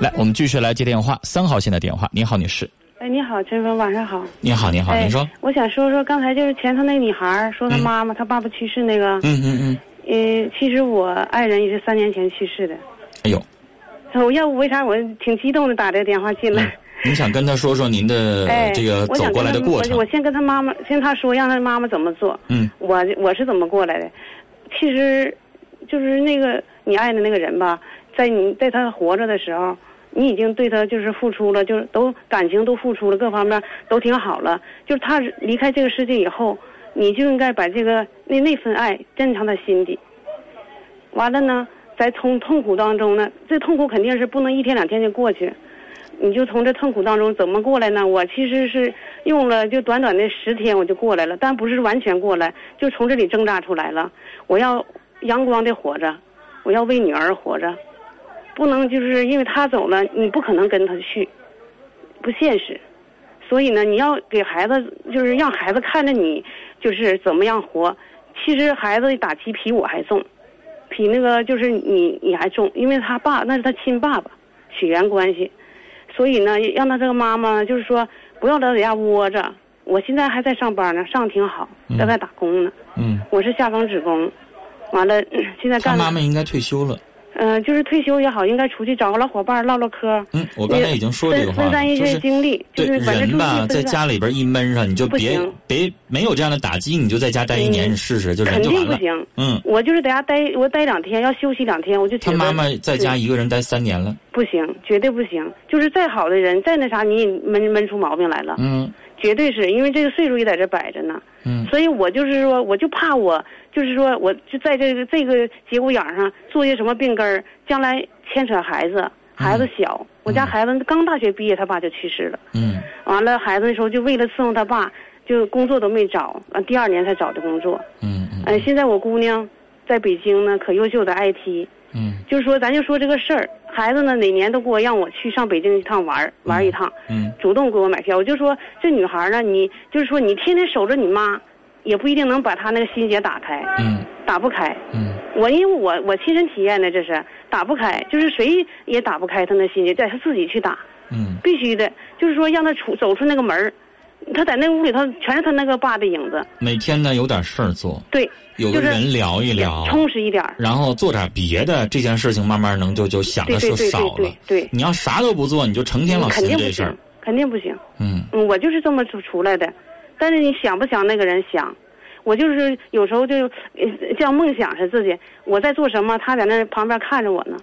来，我们继续来接电话，三号线的电话。您好，女士。哎，你好，陈峰，晚上好。您好，啊您好，哎您说。我想说说刚才就是前头那女孩儿说她妈妈，她爸爸去世那个。嗯嗯嗯。嗯、其实我爱人也是三年前去世的。哎呦，我要不为啥我挺激动的打这个电话进来？您想跟他说说您的嗯哎，呃这个我走想过跟来他的过程哎我我？先跟他妈妈，先他说让他妈妈怎么做。嗯我我是怎么过来的？其实，就是那个你爱的那个人吧，在你在他活着的时候，你已经对他就是付出了，就是都感情都付出了，各方面都挺好了。就是他离开这个世界以后，你就应该把这个那那份爱珍藏在心底。完了呢，在痛痛苦当中呢，这痛苦肯定是不能一天两天就过去。你就从这痛苦当中怎么过来呢？我其实是用了就短短的十天我就过来了，但不是完全过来，就从这里挣扎出来了。我要阳光的活着，我要为女儿活着，不能就是因为他走了，你不可能跟他去，不现实。所以呢，你要给孩子，就是让孩子看着你，就是怎么样活。其实孩子打击比我还重，比那个就是你你还重，因为他爸那是他亲爸爸，血缘关系。所以呢，让他这个妈妈就是说不要老在家窝着。我现在还在上班呢，上挺好，在外打工呢。嗯，我是下岗职工，完了嗯现在他干了妈妈应该退休了。嗯、就是退休也好，应该出去找个老伙伴唠唠嗑。嗯，我刚才已经说这个分话分了，散一就些是精力，对就是把这注人意力吧，分在散。家里边一闷上，你就不别行别没有这样的打击，你就在家待一年，嗯你试试，就人肯就定完不了。行。嗯，我就是在家待，我待两天，要休息两天，我就觉他得妈妈在家对一个人待三年了。不行，绝对不行。就是再好的人，再那啥，你也闷闷出毛病来了，嗯绝对是因为这个岁数也在这摆着呢。嗯，所以我就是说，我就怕我就是说，我就在这个这个节骨眼儿上做些什么病根儿，将来牵扯孩子，孩子小，我家孩子刚大学毕业，他爸就去世了。嗯完了，孩子那时候就为了伺候他爸，就工作都没找，完第二年才找的工作。嗯嗯嗯、现在我姑娘在北京呢，可优秀的 IT，嗯就是说咱就说这个事儿，孩子呢哪年都给我让我去上北京一趟玩儿玩儿一趟。嗯主动给我买票。我就说这女孩呢，你就是说你天天守着你妈，也不一定能把她那个心结打开，嗯打不开。嗯我因为我我亲身体验的，这是打不开，就是谁也打不开她那心结，得她自己去打，嗯必须的，就是说让她出走出那个门儿。她在那屋里头全是她那个爸的影子，每天呢有点事儿做，对，有个就是人聊一聊，充实一点儿，然后做点别的，这件事情慢慢能就就想对的对就对少对了对。对，你要啥都不做，你就成天老肯寻定思不这事儿行。，肯定不行。嗯嗯，我就是这么出出来的，但是你想不想那个人想，我就是有时候就呃像梦想似的自己，我在做什么，他在那旁边看着我呢。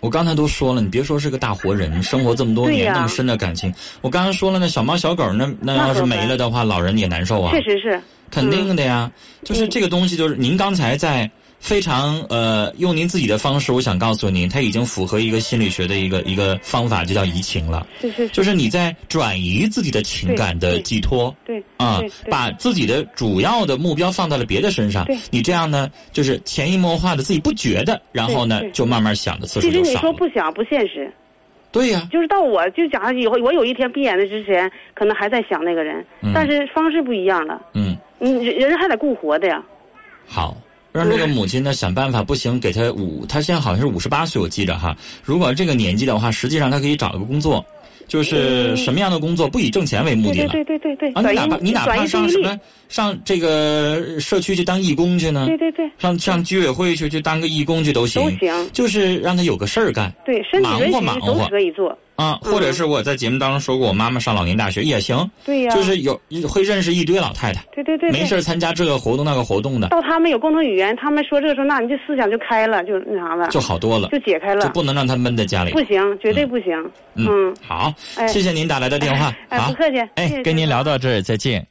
我刚才都说了，你别说是个大活人，生活这么多对年，呀那么深的感情。我刚才说了，那小猫小狗那那要那是可不没了的话，老人也难受啊确。实嗯是，肯定的呀，就是这个东西，就是您刚才在非常呃，用您自己的方式，我想告诉您，它已经符合一个心理学的一个一个方法，就叫移情了。是是，就是是你在转移自己的情感的对寄托对啊对，对把自己的主要的目标放到了别的身上对，你这样呢，就是潜移默化的自己不觉得，然后呢对对就慢慢想的次数其实就你少说了。不想不现实，对呀，就是到我就假如以后我有一天闭眼的之前，可能还在想那个人，嗯但是方式不一样了，嗯，你人人还得顾活的呀。好，让这个母亲呢想办法，不行给她五，她现在好像是五十八岁，我记着哈。如果这个年纪的话，实际上她可以找一个工作，就是嗯什么样的工作，不以挣钱为目对的对了。对对对对，啊，你转哪怕移你哪转怕移注上意什力，么上这个社区去当义工去呢？对对对，上上居委会去去当个义工去都行，都行就是让他有个事儿干对身体忙允活许忙都活可以做，啊，嗯或者是我在节目当中说过，我妈妈上老年大学也行，对呀，就是有会认识一堆老太太，对对对，对没事儿参加这个活动那个活动的， 到他们有共同语言，他们说这个时候，那你这思想就开了，就那啥了，就好多了，就解开就了，不能让他闷在家里。不行，绝对不行。嗯嗯，好，哎谢谢您打来的电话，哎，好不，客气，谢哎谢，跟您聊到这儿，再见。